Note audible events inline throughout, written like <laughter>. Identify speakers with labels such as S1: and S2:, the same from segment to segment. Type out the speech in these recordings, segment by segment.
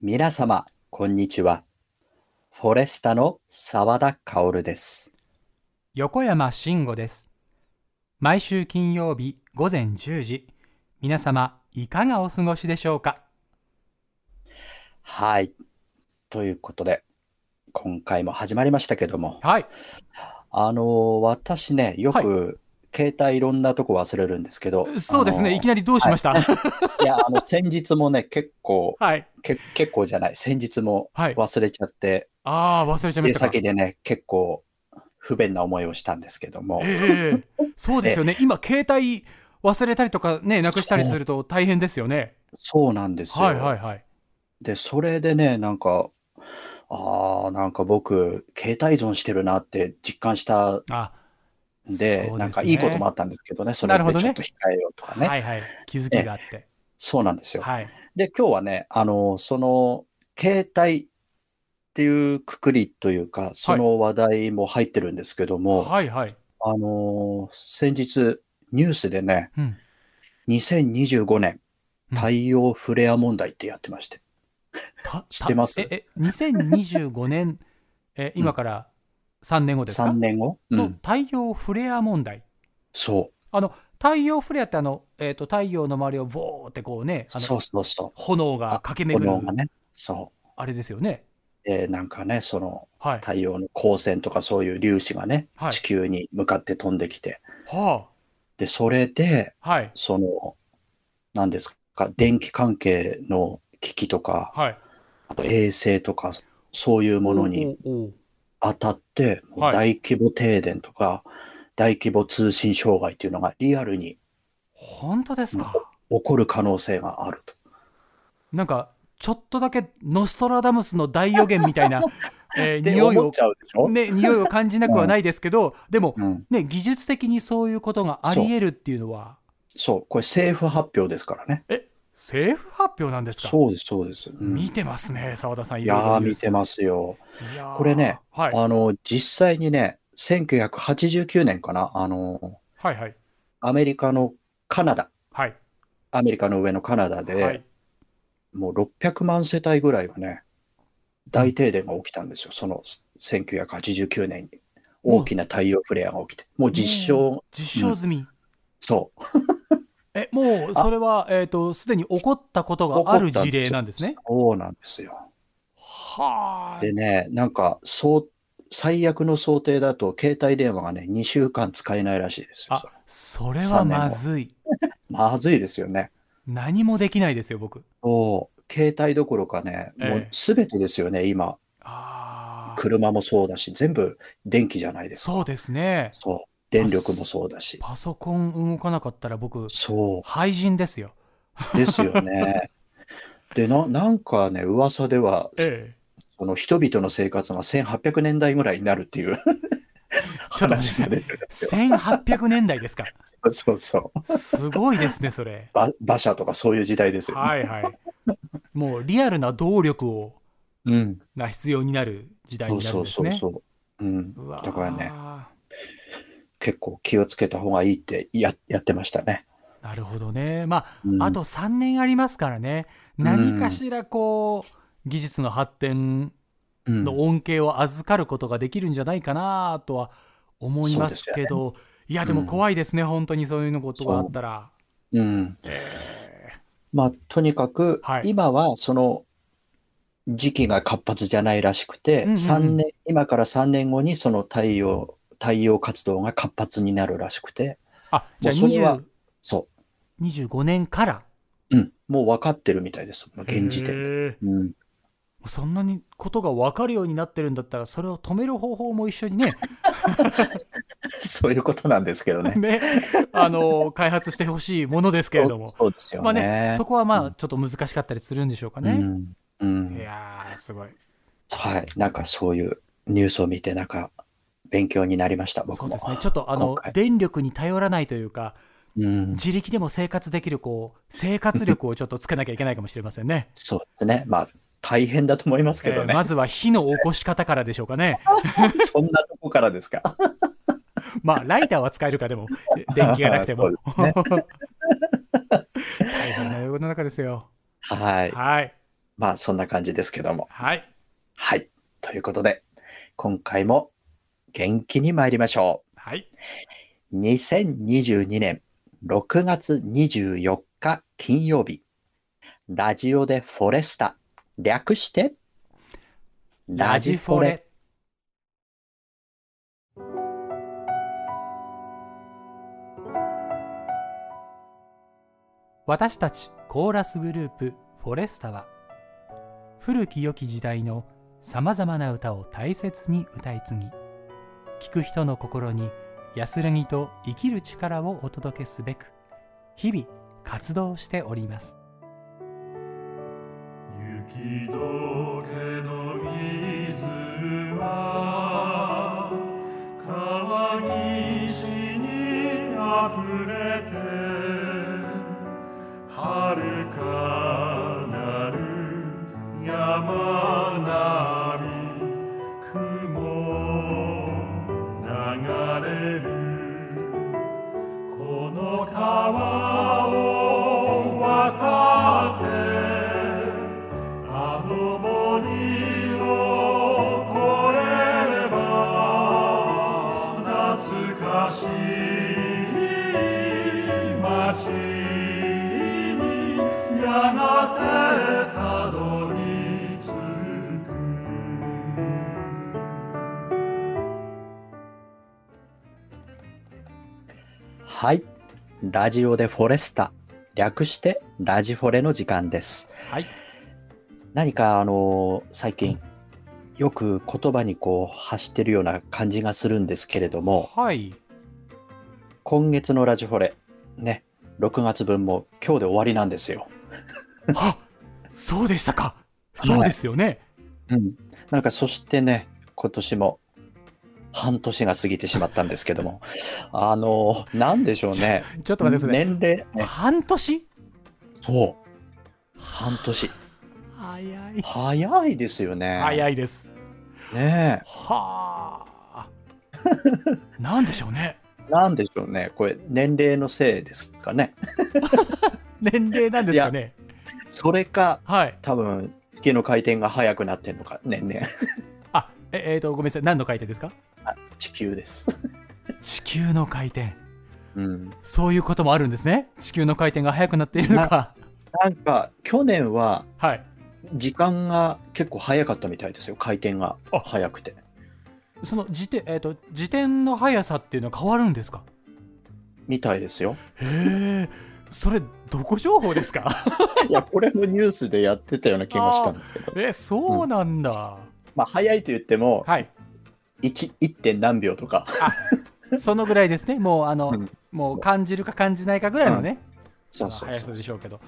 S1: 皆様、こんにちは。フォレスタの澤田薫です。
S2: 横山慎吾です。毎週金曜日午前10時、皆様いかがお過ごしでしょうか
S1: はい。ということで、今回も始まりましたけども、
S2: はい。
S1: あのー私ね、よく、携帯いろんなとこ忘れるんですけど、
S2: そうです
S1: あの
S2: ね。
S1: ー
S2: いきなりどうしました、はい、 <laughs>
S1: いや、あの、先日もね、結構、
S2: はい。
S1: け結構じゃない、先日も忘れちゃって、
S2: ああ、忘れちゃいま
S1: 出
S2: したか
S1: 先。でね、結構不便な思いをしたんですけども、
S2: ええそうですよね。今、携帯忘れたりとかね、なくしたりすると大変ですよね。
S1: そうなんですよ。
S2: はいはいはい。
S1: で、それでね、なんか、ああ、なんか僕、携帯依存してるなって実感したん
S2: あ、
S1: で、
S2: そう
S1: なん
S2: で
S1: か
S2: すね
S1: いいこともあったんですけどね、それ
S2: なるほ
S1: で
S2: ど
S1: ちょ
S2: ね
S1: っと控えようとかね。
S2: はいはい。気づきがあって。
S1: そうなんですよ。
S2: はい。
S1: で、今日はね、あの、その、携帯っていうくくりというか、その話題も入ってるんですけども、
S2: はいはい。
S1: あの、先日、ニュースでね、
S2: うん。
S1: 2025年、
S2: うん
S1: 太陽フレア問題ってやってまして。
S2: た
S1: 知ってます
S2: たえ、え、2025年、え、今から3年後ですか
S1: 3年後う
S2: の
S1: ん。
S2: 太陽フレア問題。
S1: そ
S2: あの太陽フレアってあの、えー、と太陽の周りをボーってこうね
S1: う。
S2: あ
S1: そ
S2: の
S1: うそうそ
S2: 炎が駆け
S1: う。
S2: 巡
S1: 炎
S2: る
S1: がね。そう。
S2: あれですよね。
S1: えーなんかね、その
S2: はい、
S1: 太陽の光線とかそういう粒子がね、
S2: はい
S1: 地球に向かって飛んできて、
S2: は
S1: で、それで、
S2: あはい
S1: その、何ですか、電気関係の機器とか、
S2: はい。
S1: あと衛星とか、そういうものに
S2: おうおう
S1: 当たって、もう
S2: は
S1: 大規模停電とか、大規模通信障害というのがリアルに
S2: 本当ですか。
S1: 起こる可能性があると。
S2: なんかちょっとだけノストラダムスの大予言みたい
S1: <laughs>
S2: な、えー
S1: って
S2: 匂い
S1: 思っ
S2: を
S1: ち、ゃうでしょ、
S2: ね、匂いを感じなく
S1: <laughs>
S2: はないですけど、でも、
S1: うん、
S2: ね、技術的にそういうことがあり得るっていうのは
S1: そう、これ政府発表ですからね。
S2: 政府発表なんですか。
S1: そうです、そうです。うん
S2: 見てますね澤田さん。
S1: い
S2: ろろ
S1: やー、
S2: ニュ
S1: 見
S2: ース
S1: てますよ。
S2: いやー
S1: これね、
S2: はい、
S1: あの、実際にね、1989年かな、あの、
S2: はいはい
S1: アメリカのカナダ、
S2: はい
S1: アメリカの上のカナダで、
S2: はい。
S1: もう600万世帯ぐらいがね、大停電が起きたんですよ、その1989年に。
S2: お
S1: 大きな太陽フレアが起きて、もう実証、
S2: 実証済み、
S1: そう、
S2: えもうそれはえっ、とすでに起こったことがある事例なんですね。
S1: そうなんですよ。
S2: はあ
S1: でね、なんか、そう、最悪の想定だと、携帯電話がね、2週間使えないらしいですよ。
S2: あそれはまずい
S1: まずいですよね。
S2: 何もできないですよ僕
S1: そう、携帯どころかね、もう
S2: ええ
S1: すべてですよね、今、
S2: ああ
S1: 車もそうだし、全部電気じゃないですか。
S2: そうですね
S1: そう、電力もそうだし。
S2: パソコン動かなかったら僕
S1: そ
S2: 廃人ですよ
S1: う、ですよ
S2: <laughs>
S1: ね。でな、なんかね、噂では、
S2: え
S1: その人々の生活が1800年代ぐらいになるっていう
S2: <laughs> ちょっと待
S1: 話
S2: っ
S1: が
S2: て
S1: 出てるんですよ。
S2: 1800年代ですか
S1: そうそう。
S2: すごいですねそれ
S1: ば馬車とかそういう時代ですよね。
S2: はいはいもうリアルな動力を
S1: うん。
S2: が必要になる時代
S1: そう
S2: になる
S1: そ
S2: ん
S1: う
S2: で
S1: そ
S2: す
S1: う
S2: ね
S1: そう。うん。
S2: うわー
S1: だからね結構気をつけた方がいいってややってましたね。
S2: なるほどねまあ
S1: うん
S2: あと3年ありますからね、
S1: うん
S2: 何かしらこう、技術の発展
S1: うん
S2: の恩恵を預かることができるんじゃないかなとは思いますけど、いや、でも怖いですね、本当にそういうのことがあったら。
S1: うん
S2: え
S1: まあ、とにかく、
S2: はい
S1: 今はその時期が活発じゃないらしくて、
S2: うんうんうん
S1: 三年今から3年後にその太陽太陽活動が活発になるらしくて、
S2: ーあじゃあ
S1: もうそれは
S2: 20
S1: そ
S2: 25年から。
S1: う、うん、もう分かってるみたいです、もう現時点で。
S2: へー
S1: うん、 <laughs>
S2: そんなにことが分かるようになってるんだったらそれを止める方法も一緒にね
S1: そういうことなんですけどね。
S2: <laughs> ねあの開発してほしいものですけれども
S1: そうそうですよね。
S2: まあねそこはま
S1: う
S2: あちょっと難しかったりするんでしょうか
S1: う
S2: ね。
S1: んうん
S2: いやーすごい。
S1: はい、なんかそういうニュースを見て、なんか勉強になりました、僕
S2: そう
S1: も。
S2: ですね。ちょっとあの
S1: 今回
S2: 電力に頼らないというか、
S1: うん、
S2: 自力でも生活できるこう生活力をちょっとつけなきゃいけないかもしれませんね。
S1: そうですね。まあ、大変だと思いますけど
S2: え
S1: ね。
S2: ーまずは火の起こし方からでしょう
S1: <laughs>
S2: かね。
S1: そんなとこからですか。
S2: まあライターは使えるか
S1: <laughs>
S2: でもえ電気がなくても
S1: そう。ですね
S2: 大変な世の中ですよ。
S1: はい。
S2: はい。
S1: まあそんな感じですけども。
S2: はい。
S1: はい。ということで、今回も元気に参りましょ
S2: はい。
S1: う。2022年6月24日金曜日、ラジオでフォレスタ、略して、ラジフォレ。。
S2: 私たちコーラスグループフォレスタは古き良き時代のさまざまな歌を大切に歌い継ぎ聴く人の心に安らぎと生きる力をお届けすべく日々活動しております
S3: 雪解けの水は川岸にあふれて遥かなる山並み雲流れるこの川を渡ってあの森を越えれば懐かしい街にやがてたどり着く
S1: はい。ラジオでフォレスタ、略してラジフォレの時間です。
S2: はい
S1: 何かあの最近よく言葉にこう発してるような感じがするんですけれども
S2: はい
S1: 今月のラジフォレね6月分も今日で終わりなんですよ、
S2: あそうでしたか
S1: はい
S2: そうですよね、
S1: うん、なんかそしてね今年も半年が過ぎてしまったんですけどもあのなんでしょう <laughs> ね
S2: ちょっと待ってください、
S1: 年齢ね
S2: 半年
S1: そう半年
S2: 早い
S1: 早いですよね
S2: 早いです
S1: ね
S2: はあ <laughs> なんでしょうね
S1: えなんでしょうねこれ年齢のせいですかね
S2: 年齢なんですかね
S1: それか
S2: はい
S1: 多分月の回転が速くなってんのか年々 <laughs>
S2: あええーとごめんなさい何の回転ですか
S1: 地球です、
S2: 地球の回転
S1: うん、
S2: そういうこともあるんですね地球の回転が速くなっているのか
S1: なんか去年は
S2: はい
S1: 時間が結構早かったみたいですよ回転が
S2: あ
S1: 早くて
S2: その時点えっ、と時点の速さっていうのは変わるんですか
S1: みたいです <laughs> よ
S2: へえそれどこ情報ですか
S1: いやこれもニュースでやってたような気がしたんだけど
S2: <laughs> えそうなんだ、
S1: まあ早いと言っても
S2: はい
S1: 1. 1. 点何秒とか
S2: そのぐらいですねもうあの、
S1: うん
S2: もう感じるか感じないかぐらいのね、
S1: そう
S2: まあ
S1: そう
S2: 速
S1: そ
S2: さ
S1: う
S2: でしょうけど、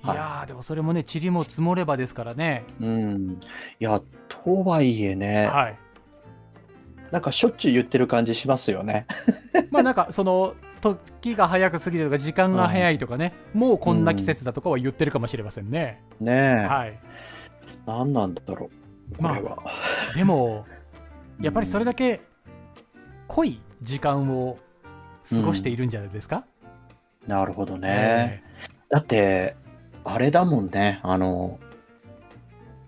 S1: はい
S2: い、やーでもそれもね塵も積もればですからね
S1: うんいやとはいえね、
S2: はい
S1: なんかしょっちゅう言ってる感じしますよね
S2: まあなんかその時が早く過ぎるとか時間が早いとかね、もうこんな季節だとかは言ってるかもしれませんね、
S1: ねえ、
S2: はい
S1: 何なんだろうこ
S2: まあ
S1: れは、
S2: でもやっぱりそれだけ濃い時間を過ごしているんじゃないですか、
S1: なるほどね、
S2: え
S1: だってあれだもんねあの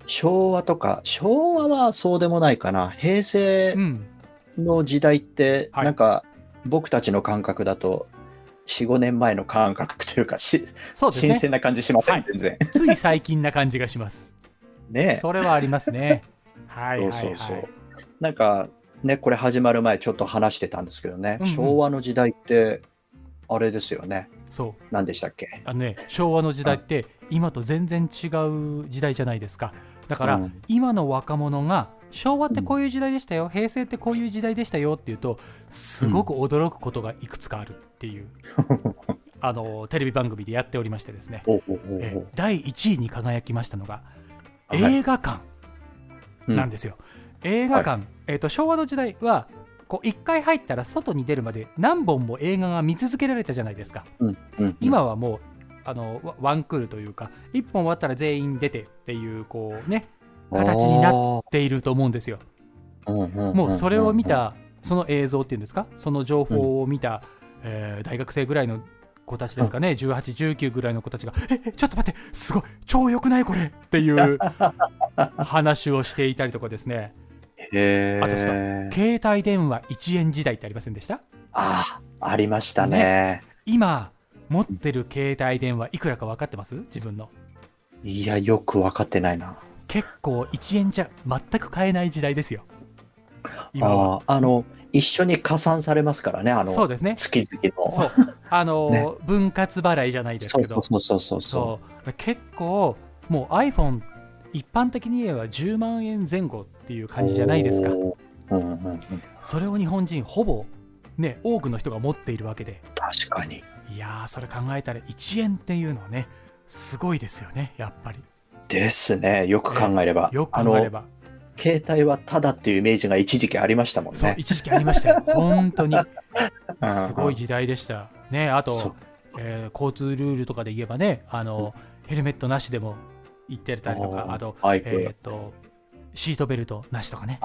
S1: 昭和とか昭和はそうでもないかな平
S2: え
S1: 成
S2: うん
S1: の時代って、
S2: はい
S1: なんか僕たちの感覚だと45年前の感覚というかし
S2: そうです
S1: 新
S2: ね
S1: 鮮な感じしません、
S2: はい
S1: 全
S2: <laughs>
S1: 然
S2: つい最近な感じがします、
S1: <laughs> ね
S2: それはありますねはいはいはい
S1: そうそうそうなんかねこれ始まる前ちょっと話してたんですけどね、
S2: うんうん
S1: 昭和の時代ってあれですよね
S2: そう
S1: 何でしたっけ
S2: あのね、昭和の時代って今と全然違う時代じゃないですかだから、
S1: うん
S2: 今の若者が昭和ってこういう時代でしたよ、平成ってこういう時代でしたよっていうとすごく驚くことがいくつかあるっていう、あのテレビ番組でやっておりましてですね、
S1: おうおうおうおう
S2: えー第1位に輝きましたのが
S1: はい
S2: 映画館
S1: うん
S2: なんですよ、映画館、えー、と昭和の時代はこう1回入ったら外に出るまで何本も映画が見続けられたじゃないですか
S1: うんうん
S2: 今はもうあのワワンクールというか1本終わったら全員出てっていうこうね形になっていると思うんですよ。
S1: あーうんんんん
S2: もうそれを見たその映像っていうんですかその情報を見た、えー大学生ぐらいの子たちですかね、18、19ぐらいの子たちが、ええちょっと待って、すごい、超良くないこれっていう
S1: <laughs>
S2: 話をしていたりとかですね、
S1: へー
S2: あとさ携帯電話1円時代ってありませんでした
S1: あありましたね
S2: 今、持ってる携帯電話、いくらか分かってます自分の。
S1: いやよく分かってないな
S2: 結構1円じゃ全く買えない時代ですよ。今は。
S1: あーあの一緒に加算されますからねあの
S2: そうですね。
S1: 月々の <laughs>
S2: そう。あのー分割払いじゃないです
S1: そ
S2: け
S1: う
S2: ど。
S1: そうそうそうそ
S2: そう結構もう iPhone 一般的に言えば10万円前後っていう
S1: う
S2: 感じじゃないですか
S1: おーうんうんうん、
S2: それを日本人ほぼね多くの人が持っているわけで
S1: 確かに
S2: いやーそれ考えたら1円っていうのはねすごいですよねやっぱり
S1: ですねよく考えれば、
S2: よく考えれば、
S1: あの携帯はただっていうイメージが一時期ありましたもん
S2: そう
S1: ね
S2: 一時期ありましたよ
S1: <laughs>
S2: 本当に
S1: うん
S2: すごい時代でしたねあ
S1: そう
S2: と、えー交通ルールとかで言えばねあのヘルメットなしでも行ってたりと
S1: お
S2: か
S1: ー
S2: あと
S1: はい
S2: えーっとシートベルトなしとかね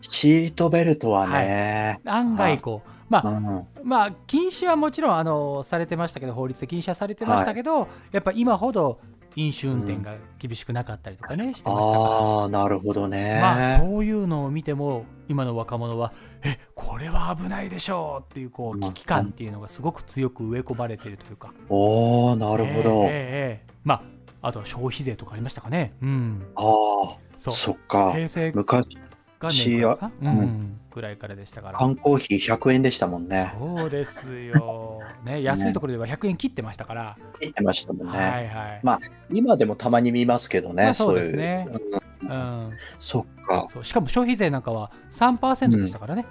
S1: シートベルトはね、
S2: 案外こうまあ
S1: うん
S2: まあ禁止はもちろんあのされてましたけど法律で禁止はされてましたけど、やっぱ今ほど飲酒運転が厳しくなかったりとかね、してましたか
S1: ああなるほどね
S2: らまあそういうのを見ても今の若者はえこれは危ないでしょうっていうこ
S1: う
S2: うん危機感っていうのがすごく強く植え込まれているというか
S1: おおなるほど、
S2: ええええええまああとは消費税とかありましたかねうん
S1: ああ
S2: そう
S1: そっか
S2: 平成元
S1: 昔
S2: 年ぐらいかな、
S1: うん
S2: うん、ぐらいからでしたから
S1: 缶コーヒー100円でしたもんね
S2: そうですよ、ね、安いところでは100円切ってましたから、
S1: 言ってましたもんね、
S2: はいはい、
S1: ま今でもたまに見ますけどね、
S2: まあそうですね
S1: そういう
S2: うん、
S1: そっか
S2: そうしかも消費税なんかは3%でしたからね、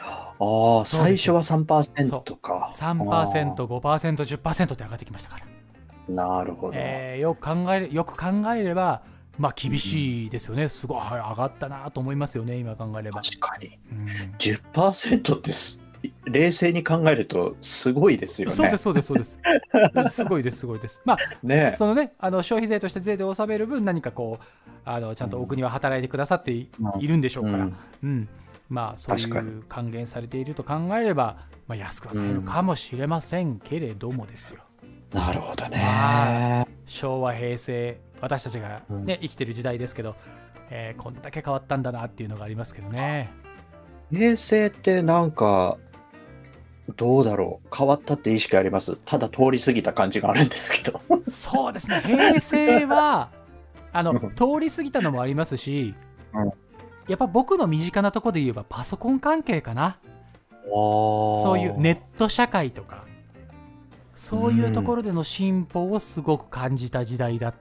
S1: ああ最初は3%か
S2: 3%、5%、10%って上がってきましたから、
S1: あーなるほど、
S2: えーよく考えれよく考えれば、まあ、厳しいですよね、すごいあ上がったなと思いますよね、今考えれば。
S1: 確かに
S2: うん
S1: 10%ってす冷静に考えるとすごいですよね
S2: そうです、そうです、そうです。
S1: <laughs>
S2: すごいです、すごいです。まあ、
S1: ね
S2: そのね、あの消費税として税で納める分、何かこう、あのちゃんとお国は働いてくださってい,、
S1: うん
S2: るんでしょう
S1: う
S2: から、
S1: ん、
S2: うん、まあそうい
S1: 確か
S2: う還元されていると考えれば、まあ、安くは買えるかもしれませんけれどもですよ、
S1: なるほど
S2: は
S1: ね
S2: 昭和平成私たちが、ね生きてる時代ですけど、えーこんだけ変わったんだなっていうのがありますけどね
S1: 平成ってなんかどうだろう変わったって意識ありますただ通り過ぎた感じがあるんですけど
S2: そうですね平成はあの
S1: うん
S2: 通り過ぎたのもありますし、
S1: うん
S2: やっぱ僕の身近なところで言えばパソコン関係かな
S1: そ
S2: <laughs> そういうネット社会とかそういうところでの進歩をすごく感じた時代だっ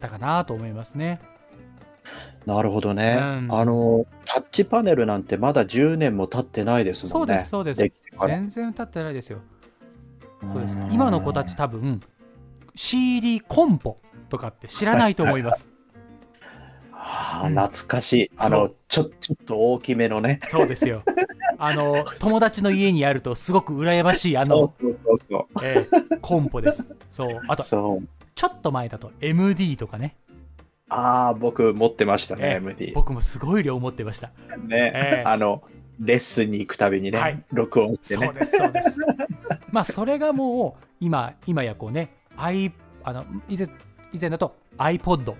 S2: たかなと思いますね。
S1: なるほどね、
S2: うん
S1: あのタッチパネルなんてまだ10年も経ってないです
S2: そ
S1: も
S2: うん
S1: ね
S2: ですそうです
S1: できてから
S2: 全然経ってないですよ。そうです
S1: ん
S2: 今の子たち多分 CD コンポとかって知らないと思
S1: <laughs>
S2: います。
S1: あ
S2: うん
S1: ー懐かしい、あ
S2: そ
S1: の
S2: う
S1: ちょちょっと大きめのね
S2: そうですよ。あの友達の家にあるとすごく羨ましいあの、
S1: そうそうそう
S2: ええコンポです。そうあ
S1: そう
S2: と
S1: そう
S2: ちょっと前だと MD とかね、
S1: ああ僕持ってましたね、
S2: ええ
S1: MD
S2: 僕もすごい量持ってました。
S1: ね、
S2: ええ
S1: <laughs> あのレッスンに行くたびにね、
S2: はい
S1: 録音して
S2: そう
S1: ね
S2: ですそうですまあそれがもう今今やこうね i あの以前以前だと iPod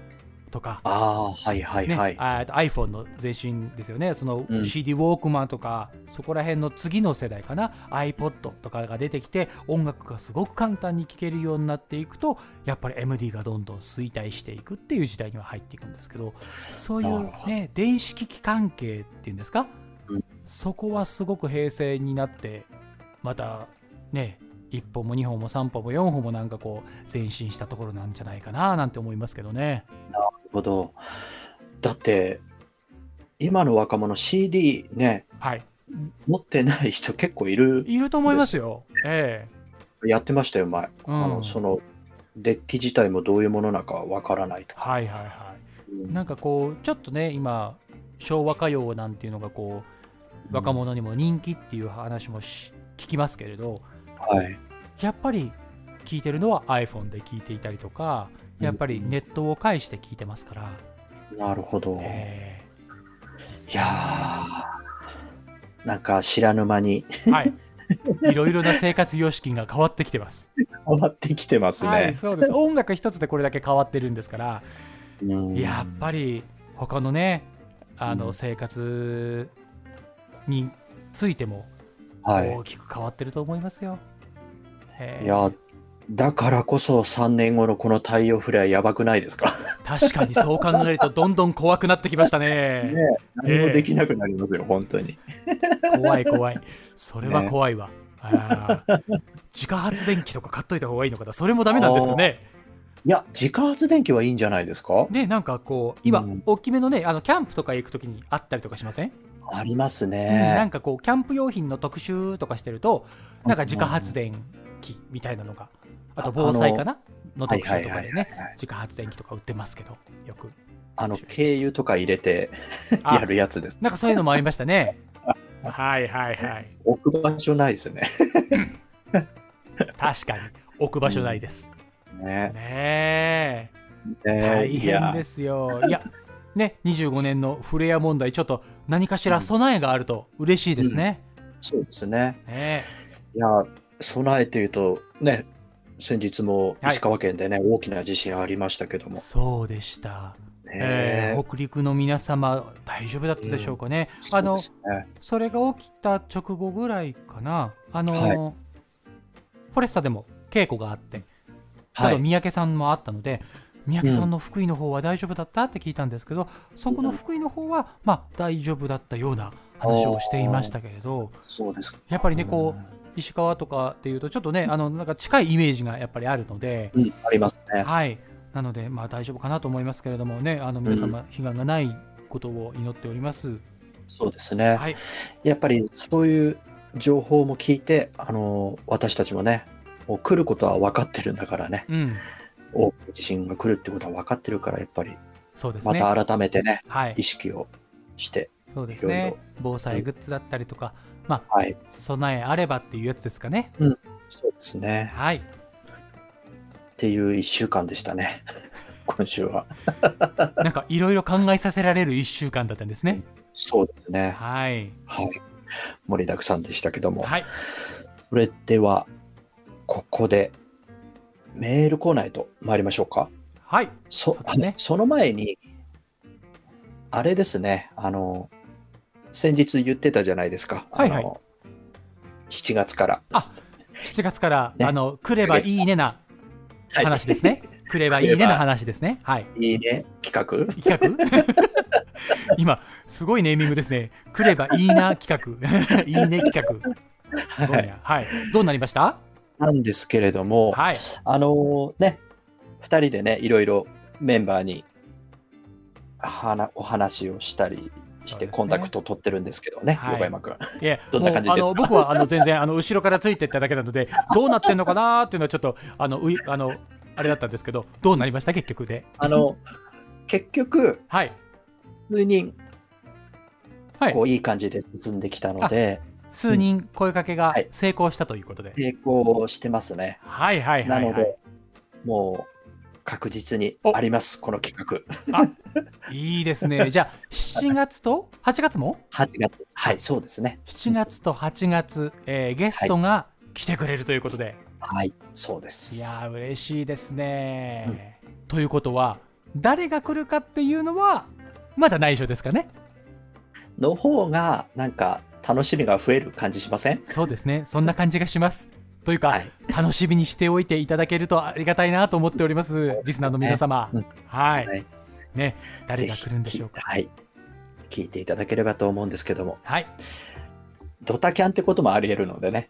S2: とか、
S1: ああーはいはい
S2: ね
S1: はい、
S2: ああと iPhone の前身ですよねその
S1: うん
S2: CD ウォークマンとか、そこら辺の次の世代かな iPod とかが出てきて音楽がすごく簡単に聴けるようになっていくとやっぱり MD がどんどん衰退していくっていう時代には入っていくんですけどそうい
S1: なる
S2: う
S1: ほど
S2: ね電子機器関係っていうんですか、
S1: うん
S2: そこはすごく平成になってまたね1本も2本も3本も4本もなんかこう前進したところなんじゃないかななんて思いますけどね。
S1: なるほどだって今の若者 CD ね
S2: はい、
S1: 持ってない人結構いる
S2: いると思いますよ。え
S1: やってましたよ前
S2: えう
S1: あ
S2: ん、
S1: のそのデッキ自体もどういうものなのかわからないと。
S2: はいはいはい。なんかこうちょっとね今昭和歌謡なんていうのがこう若者にも人気っていう話もし聞きますけれど
S1: はい、
S2: やっぱり聞いてるのは iPhone で聞いていたりとかやっぱりネットを介して聞いてますから。
S1: なるほど。
S2: ええ
S1: いやーなんか知らぬ間に <laughs>
S2: はいいろいろな生活様式が変わってきてます。
S1: 変わってきてますね。
S2: はい、そうです。音楽一つでこれだけ変わってるんですから、
S1: うん
S2: やっぱり他のね、あ
S1: う
S2: の
S1: ん
S2: 生活についても
S1: はい。
S2: 大きく変わってると思いますよ。えー
S1: いや、だからこそ3年後のこの太陽フレアやばくないですか
S2: 確かにそう考えるとどんどん怖くなってきましたね。
S1: ね何もできなくなりますよ、本当に。
S2: 怖い怖い。それは怖いわ。あー自家発電機とか買っといた方がいいのかなそれもダメなんですかね
S1: いや、自家発電機はいいんじゃないですか
S2: ねなんかこう今、
S1: うん
S2: 大きめのねあのキャンプとか行く時にあったりとかしません、
S1: あります
S2: うんなん
S1: ね。
S2: かこうキャンプ用品の特集とかしてるとなんか自家発電機みたいなのがあと防災かなの特集とかでね自家発電機とか売ってますけどよく
S1: あの、軽油とか入れて
S2: あ
S1: やるやつです。
S2: なんかそういうのもありました <laughs> ねはいはいはい
S1: 置く場所ないですね。
S2: 確かに置く場所ないです、
S1: ね
S2: ね
S1: ね。
S2: え <laughs> 大変ですすよ。いや、ね、25年のフレア問題、ちょっと何かしら備えがあると嬉しいですね。
S1: そうですね。
S2: ね
S1: いや、備えていうと、ね、先日も石川県でね、大きな地震ありましたけども。
S2: そうでした、え
S1: ね
S2: ー北陸の皆様、大丈夫だったでしょうかね。
S1: そ
S2: あ
S1: うで
S2: の
S1: すね
S2: それが起きた直後ぐらいかな、あの、
S1: はい
S2: フォレスタでも稽古があって、た
S1: は
S2: だ
S1: い。
S2: 三宅さんもあったので、三宅さんの福井の方は大丈夫だったって聞いたんですけど、そこの福井の方は、まあ、大丈夫だったような話をしていましたけれど、
S1: そうですか。
S2: やっぱりね、こう
S1: う、ん
S2: 石川とかっていうとちょっとねあのなんか近いイメージがやっぱりあるので、
S1: うん、ありますね。
S2: はいなのでまあ大丈夫かなと思いますけれどもねあの皆様、悲願がないことを祈っております
S1: そうですね。
S2: はい
S1: やっぱりそういう情報も聞いて、あの私たちもね、もう来ることは分かってるんだからね、
S2: うん
S1: 大きな地震が来るってことは分かってるから、やっぱり
S2: そうです
S1: ま
S2: ね、
S1: た改めてね、
S2: はい
S1: 意識をして、
S2: そうです
S1: いろい
S2: ね
S1: ろ
S2: 防災グッズだったりとかまあ
S1: はい、
S2: 備えあればっていうやつですかね
S1: そうですね。
S2: はい
S1: っていう1週間でしたね、 <laughs> 今週は。
S2: なんかいろいろ考えさせられる1週間だったんですね
S1: そうですね。
S2: はい
S1: はい。盛りだくさんでしたけども。
S2: はい
S1: それでは、ここでメールコーナーへと参りましょうか。
S2: はい
S1: そ
S2: そうですね
S1: あの <laughs> その前に、あれですね、あの、先日言ってたじゃないですか。
S2: はいはい
S1: あの7月から。
S2: 7月から、
S1: ね
S2: あの来ればいいねな話ですね、来ればいいねな話ですねはい
S1: い。いいね、企画
S2: 企
S1: <laughs>
S2: 画今すごいネーミングですね来ればいいな企画
S1: <laughs>
S2: いいね企画すごいなはいどうなりました
S1: なんですけれども、
S2: はい
S1: あのね、2人でね、いろいろメンバーにはなお話をしたり
S2: そ
S1: し
S2: う
S1: て、
S2: ですね
S1: コンタクトを取ってるんですけどね、
S2: はい
S1: 横山君。
S2: いや
S1: どんな感じですか
S2: もうあの僕はあの全然あの後ろからついてっただけなのでどうなってんのかなーっていうのはちょっとあのういあのあれだったんですけどどうなりました結局で
S1: あの、結局、
S2: はい
S1: 普通に
S2: はい
S1: こういい感じで進んできたので、
S2: 数人声かけが
S1: はい
S2: 成功したということで、
S1: 成功してますね。
S2: はい、はい
S1: な
S2: はい
S1: の
S2: は
S1: で、
S2: い
S1: もう確実に
S2: お
S1: あります、この企画。
S2: いいですねじゃあ7月と8月も
S1: 8月。はい、そうですね。
S2: 7月と8月、えーゲストが来てくれるということで、
S1: はい、そうです。
S2: いやー嬉しいですね、ということは誰が来るかっていうのはまだ内緒ですかね
S1: の方が、なんか、楽しみが増える感じしません
S2: そうですねそんな感じがしますというか、
S1: はい
S2: 楽しみにしておいていただけるとありがたいなと思っておりますリスナーの皆様、
S1: うん
S2: はい、
S1: はい
S2: ね誰が来るんでしょう
S1: ぜ
S2: か
S1: ひはい。聞いていただければと思うんですけども、
S2: はい
S1: ドタキャンってこともあり得るのでね。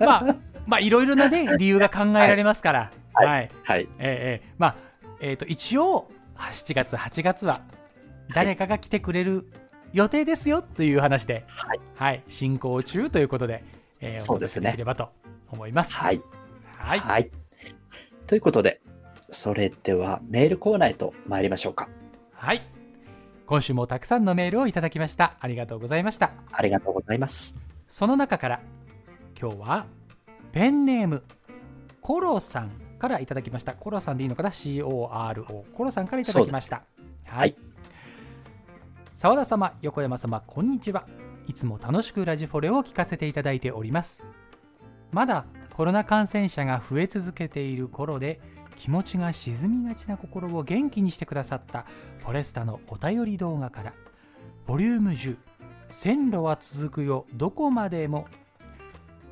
S2: まあ <laughs> まあいろいろなね理由が考えられますからはい、
S1: はい。
S2: えーえーまあえー、と一応7月8月は誰かが来てくれる予定ですよという話で、
S1: はい
S2: はい、進行中ということで、えー、お
S1: そう
S2: 届
S1: で
S2: け
S1: す
S2: で
S1: ね
S2: きればと思います。
S1: はい。
S2: はい、
S1: はい。ということで、それではメールコーナーへと参りましょうか。
S2: はい今週もたくさんのメールをいただきました。ありがとうございました。
S1: ありがとうございます。
S2: その中から今日はペンネームコロさんからいただきましたコロさんでいいのかな CORO コロさんからいただきましたはい
S1: は
S2: 澤田様横山様こんにちはいつも楽しくラジフォレを聞かせていただいておりますまだコロナ感染者が増え続けている頃で気持ちが沈みがちな心を元気にしてくださったフォレスタのお便り動画からボリューム10線路は続くよどこまでも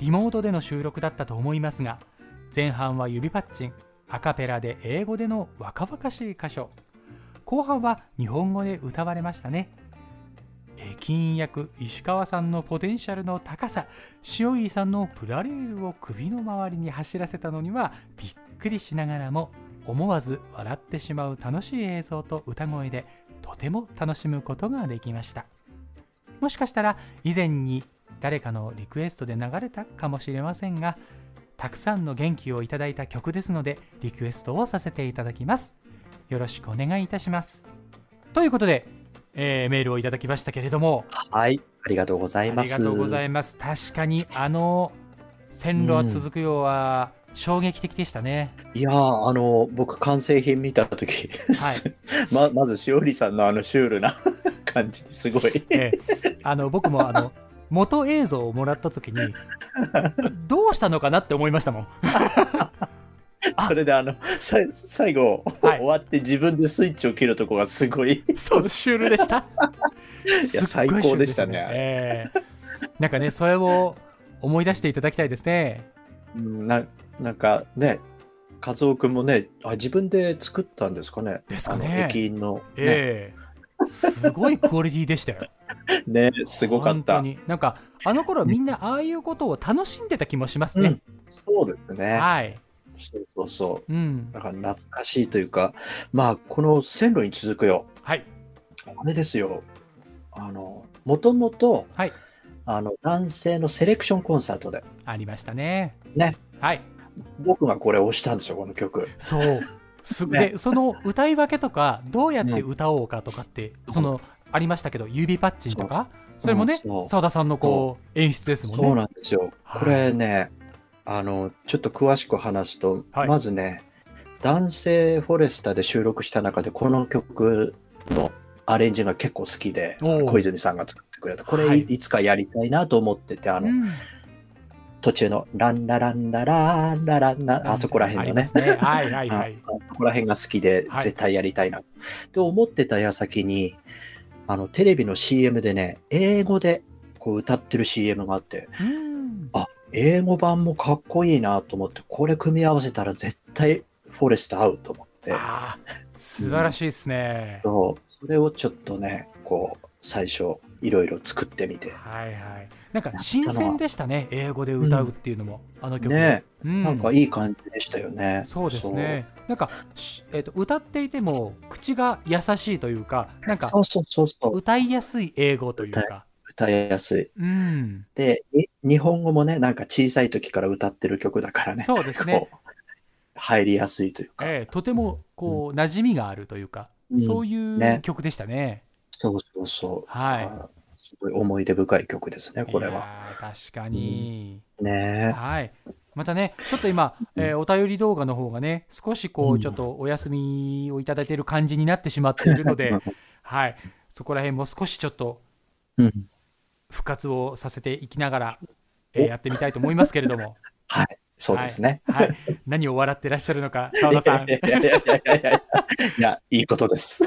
S2: リモートでの収録だったと思いますが前半は指パッチンアカペラで英語での若々しい箇所後半は日本語で歌われましたね駅員役石川さんのポテンシャルの高さ塩井さんのプラレールを首の周りに走らせたのにはびっくりしながらも思わず笑ってしまう楽しい映像と歌声でとても楽しむことができましたもしかしたら以前に誰かのリクエストで流れたかもしれませんがたくさんの元気をいただいた曲ですのでリクエストをさせていただきますよろしくお願いいたしますということで、えーメールをいただきましたけれども
S1: はい。ありがとうござい
S2: あ
S1: ま
S2: り
S1: す。
S2: がとうございます。確かにあの線路は続くようは衝撃的でしたね。
S1: いやー、あの、僕、完成品見たとき、
S2: はい
S1: <laughs> ま、まず、しおりさんのあのシュールな <laughs> 感じ、すごい。
S2: ええあの僕もあの元映像をもらった時にどうしたのかなって思いましたもん。あ
S1: それで、あの、さ最後、
S2: はい
S1: 終わって自分でスイッチを切るとこがすごい。
S2: そうシュールでした。すっごい
S1: 最高でしたね
S2: シュールですねええ <laughs> なんかねそれを思い出していただきたいですね。
S1: うんななんかね、和夫君もねあ、自分で作ったんですかね。
S2: ですかね
S1: あの駅員の、ね
S2: ええすごいクオリティでしたよ。
S1: ね、すごかっ
S2: 本当
S1: た。
S2: になんかあの頃みんなああいうことを楽しんでた気もします
S1: う
S2: ね
S1: ん。、そうですね。
S2: はい。
S1: そうそうそう。
S2: うん
S1: だ。から懐かしいというか、まあ、この線路に続くよ。
S2: はい。
S1: あれですよ。あの、もともと、
S2: はい
S1: あの、男性のセレクションコンサートで、
S2: ありましたね。
S1: ね。
S2: はい。
S1: 僕がこれを押したんですよ、この曲。
S2: そう。す
S1: <laughs> ね
S2: で、その歌い分けとか、どうやって歌おうかとかって、
S1: うん
S2: その、ありましたけど、指パッチンとか、それもね
S1: うんそ、う
S2: 澤田さんのこう、演出ですもんね。
S1: そうなんですよ。
S2: はい
S1: これね、あの、ちょっと詳しく話すと、
S2: はい
S1: まずね、男性フォレスタで収録した中で、この曲のアレンジが結構好きで、
S2: おう
S1: 小泉さんが作ってくれた。これ、
S2: はい
S1: い、つかやりたいなと思ってて、あの、
S2: うん
S1: 途中の、ランラランラランラランラ、あそこら
S2: あ
S1: 辺
S2: り
S1: の
S2: ま
S1: ね
S2: す。ね。はいはいは
S1: あ
S2: い。
S1: そこら辺が好きで
S2: はい
S1: 絶対やりたいなって思ってた矢先にあのテレビの CM でね英語でこう歌ってる CM があって
S2: うん
S1: あ英語版もかっこいいなと思ってこれ組み合わせたら絶対フォレスト合うと思って
S2: あー素晴らしいですね。
S1: そうそれをちょっとねこう最初いろいろ作ってみて
S2: はいはい。なんか、新鮮でしたね。英語で歌うっていうのも、あの曲。
S1: ね
S2: うん
S1: なんかいい感じでしたよね、
S2: そうですね。なんか、しえっ、と、歌っていても、口が優しいというか、なんか
S1: そ、うそうそうそうそう
S2: 歌いやすい英語というか。
S1: 歌いやすい
S2: うん。
S1: でい日本語もねなんか小さい時から歌ってる曲だからね
S2: そうですね
S1: こ。う入りやすいというか、
S2: ええとても、こう、馴染みがあるというか、
S1: うん
S2: そういう
S1: ね
S2: 曲でしたね。
S1: そうそうそう、
S2: はい
S1: あすごい思い出深い曲ですねこれ
S2: い
S1: は
S2: やー確かに。
S1: ね
S2: はい。またね、ちょっと今、えーお便り動画の方がね、少しこ
S1: う
S2: う、
S1: ん、
S2: ちょっとお休みをいただいている感じになってしまっているのではい。そこら辺も少しちょっと
S1: え、 <laughs> うん、
S2: 復活をさせていきながら、えーやってみたいと思いますけれ
S1: <laughs>
S2: ども、
S1: はいそうですね、
S2: はい、何を笑ってらっしゃるのか、澤田さん
S1: <laughs> い。やいやいやいやいやいやいやいいことです、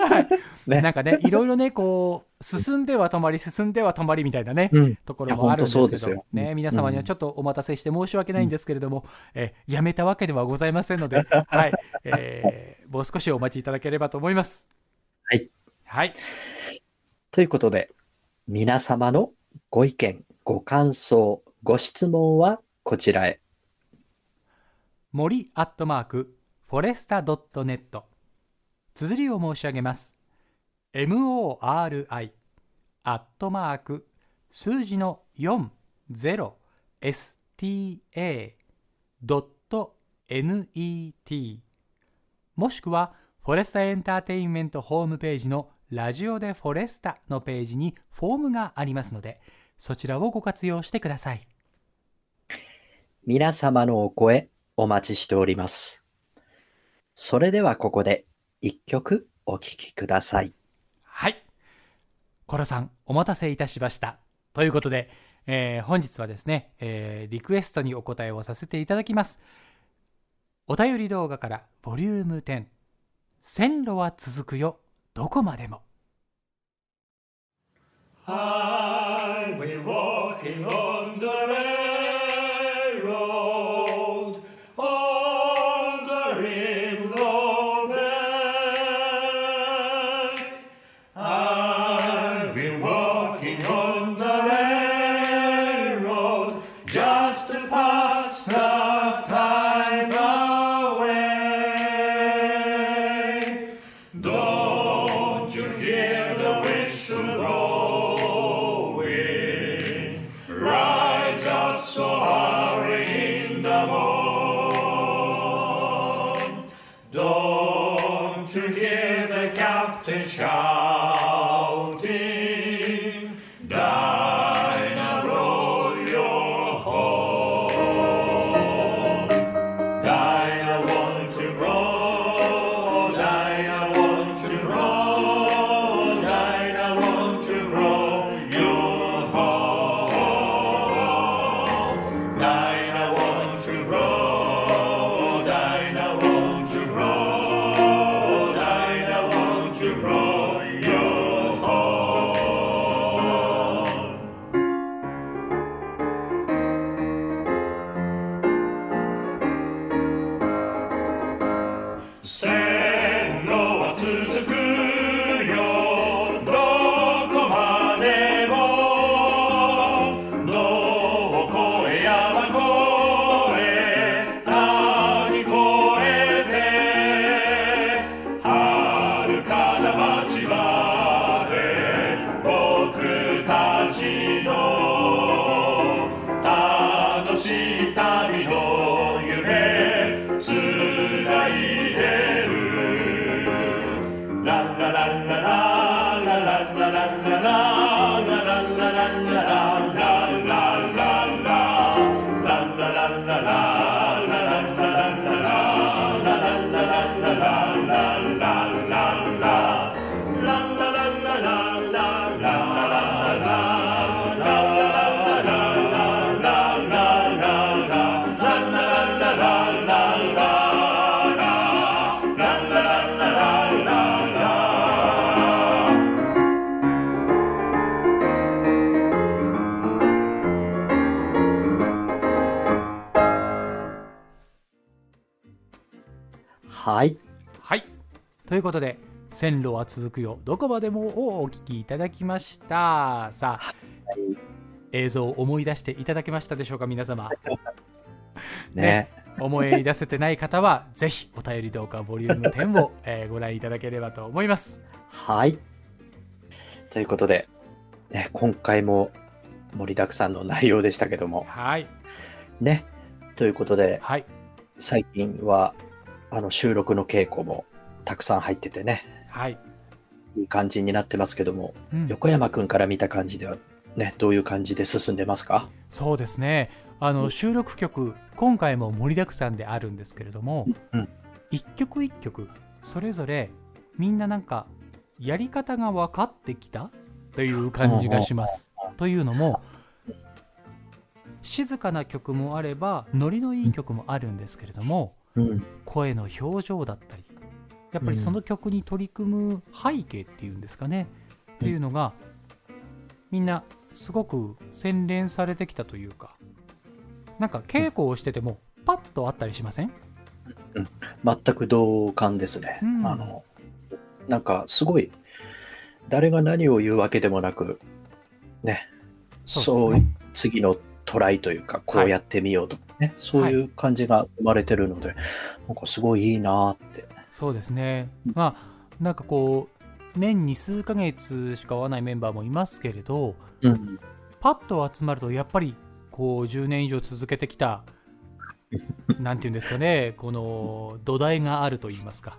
S1: ね
S2: なんかね、いろいろね、こう、進んでは止まり、進んでは止まりみたいなね、
S1: うん、
S2: ところもあるんです
S1: いや本当
S2: け
S1: そうです
S2: ど
S1: よ、う
S2: ね、
S1: ん
S2: 皆様にはちょっとお待たせして申し訳ないんですけれども、えやめたわけではございません
S1: <laughs>
S2: ので、はい、えーもう少しお待ちいただければと思います。
S1: はい。
S2: はい。
S1: ということで皆様のご意見ご感想ご質問はこちらへ
S2: 森アットマークフォレスタ .net 綴りを申し上げます mori アットマーク数字の 40sta.net もしくはフォレスタエンターテインメントホームページのラジオでフォレスタのページにフォームがありますのでそちらをご活用してください
S1: 皆様のお声お待ちしておりますそれではここで一曲お聴きください
S2: はい。コロさん、お待たせいたしました。ということで、えー本日はですね、えーリクエストにお答えをさせていただきます。お便り動画からボリューム10線路は続くよどこまでも
S3: I we walking on the railroad on the rim road. I we walking on the railroad just to pass the time away. Don't you hear the whistle blowing? Rise up so hurry in the morn. Don't you hear the captain shouting? Dinah, roll your horn. Dinah, won't you roll? Dinah, won't you roll? Dinah, won't you roll your home? Dinah, won't you roll? Dinah, won't you roll? Dinah, won't you roll your home?「線路は続くよどこまでも」「野を越え山越え谷越えて」「遥かな町まで僕たちの楽しい旅の夢」「つないでる」「ランラランラランラランラランラランラランラランラランランランランランラランラランラランラランラランラランラランランランランラン
S1: はい。
S2: はいということで線路は続くよどこまでもをお聞きいただきましたさあ映像を思い出していただけましたでしょうか皆様
S1: ね。
S2: 思い出せてない方はぜひお便り動画ボリューム10を、 <laughs> えーご覧いただければと思います
S1: はい。ということで、ね、今回も盛りだくさんの内容でしたけども、
S2: はい
S1: ね。ということで、
S2: はい
S1: 最近は、あの、収録の稽古もたくさん入っててね、
S2: はい、
S1: いい感じになってますけども、
S2: うん
S1: 横山くんから見た感じでは、ね、どういう感じで進んでますか
S2: そうですねあの収録曲今回も盛りだくさんであるんですけれども
S1: うん
S2: 一曲一曲それぞれみんななんかやり方が分かってきたという感じがします。というのも静かな曲もあればノリのいい曲もあるんですけれども
S1: うん。
S2: 声の表情だったりやっぱりその曲に取り組む背景っていうんですかね、っていうのがみんなすごく洗練されてきたというかなんか稽古をしててもパッとあったりしません
S1: 全く同感ですね。
S2: うん
S1: あの、なんか、すごい、誰が何を言うわけでもなく、ね、
S2: そう
S1: そう
S2: ですね
S1: 次のトライというか、こうやってみようとかね、そういう感じが生まれてるので、なんかすごいいいなーって。
S2: そうですね。まあなんかこう年に数ヶ月しか会わないメンバーもいますけれど
S1: うん。
S2: パッと集まるとやっぱりこう10年以上続けてきたなんていうんですかねこの土台があると言いますか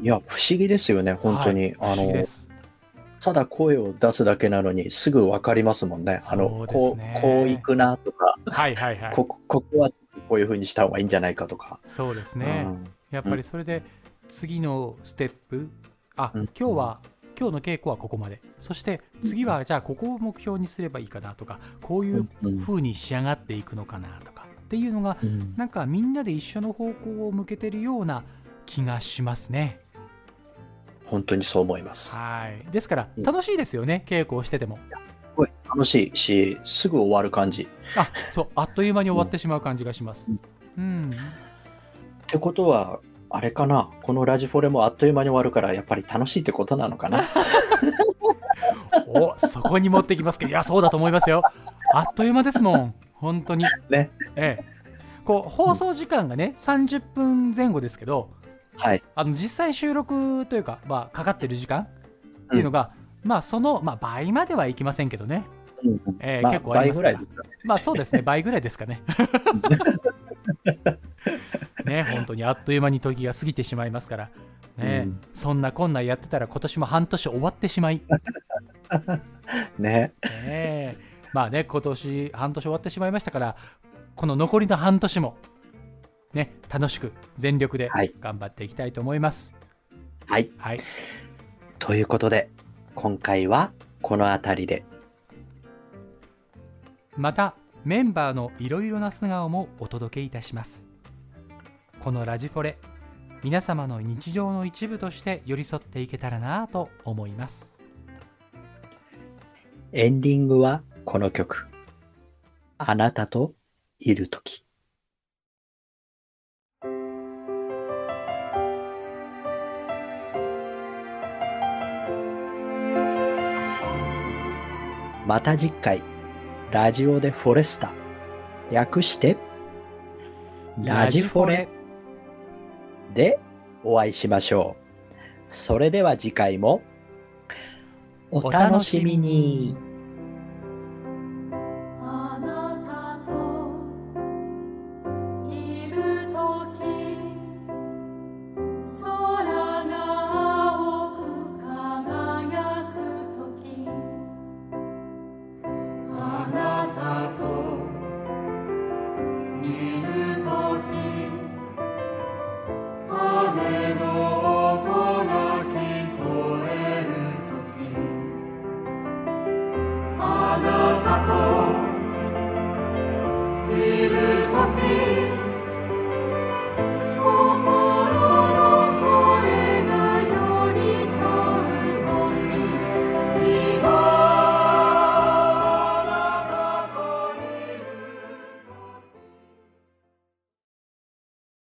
S1: いや、不思議ですよね、本当に。
S2: はい、不
S1: あ
S2: 思議
S1: の
S2: で、す
S1: ただ声を出すだけなのに、すぐわかりますもんね。あ
S2: そう
S1: の、
S2: です
S1: こ
S2: ね
S1: う、こう行くなとか、
S2: はいはいはい
S1: ここ、ここはこういうふうにした方がいいんじゃないかとか。
S2: そうですね、
S1: うん
S2: やっぱりそれで次のステップあ
S1: うん
S2: 今日は今日の稽古はここまでそして次はじゃあここを目標にすればいいかなとかこういう風に仕上がっていくのかなとかっていうのが
S1: うん
S2: なんかみんなで一緒の方向を向けてるような気がしますね。
S1: 本当にそう思います。
S2: はいですから
S1: うん
S2: 楽しいですよね稽古をしてても。
S1: すごい楽しいし、すぐ終わる感じ。
S2: あそうあっという間に終わってしまう感じがします。うん、
S1: ってことは、あれかな、このラジフォレもあっという間に終わるから、やっぱり楽しいってことなのか
S2: <laughs>
S1: な。
S2: おそこに持ってきますけどいやそうだと思いますよ。あっという間ですもん本当に。
S1: ね
S2: ええ、こう放送時間がね30分前後ですけど
S1: はい。
S2: あの実際収録というか、まあ、かかってる時間っていうのが、まあその、まあ、倍まではいきませんけどね、ええ
S1: まあ、
S2: 結構あり
S1: 倍
S2: ます
S1: ぐ
S2: からら
S1: いですよね。
S2: まあそうですね、倍ぐらいです
S1: <laughs>
S2: かね。ね、本当にあっという間に時が過ぎてしまいますから、ね
S1: うん
S2: そんなこんなやってたら今年も半年終わってしまい、
S1: ね。
S2: ねえまあね、今年半年終わってしまいましたから、この残りの半年も、ね、楽しく全力で
S1: はい
S2: 頑張っていきたいと思います。
S1: はい。
S2: はい、
S1: ということで、今回はこの辺りで。
S2: またメンバーのいろいろな素顔もお届けいたしますこのラジフォレ皆様の日常の一部として寄り添っていけたらなぁと思います
S1: エンディングはこの曲。あなたといるとき。また次回、ラジオでフォレスタ。略して、ラジフォレでお会いしましょう。それでは次回も、お楽しみに。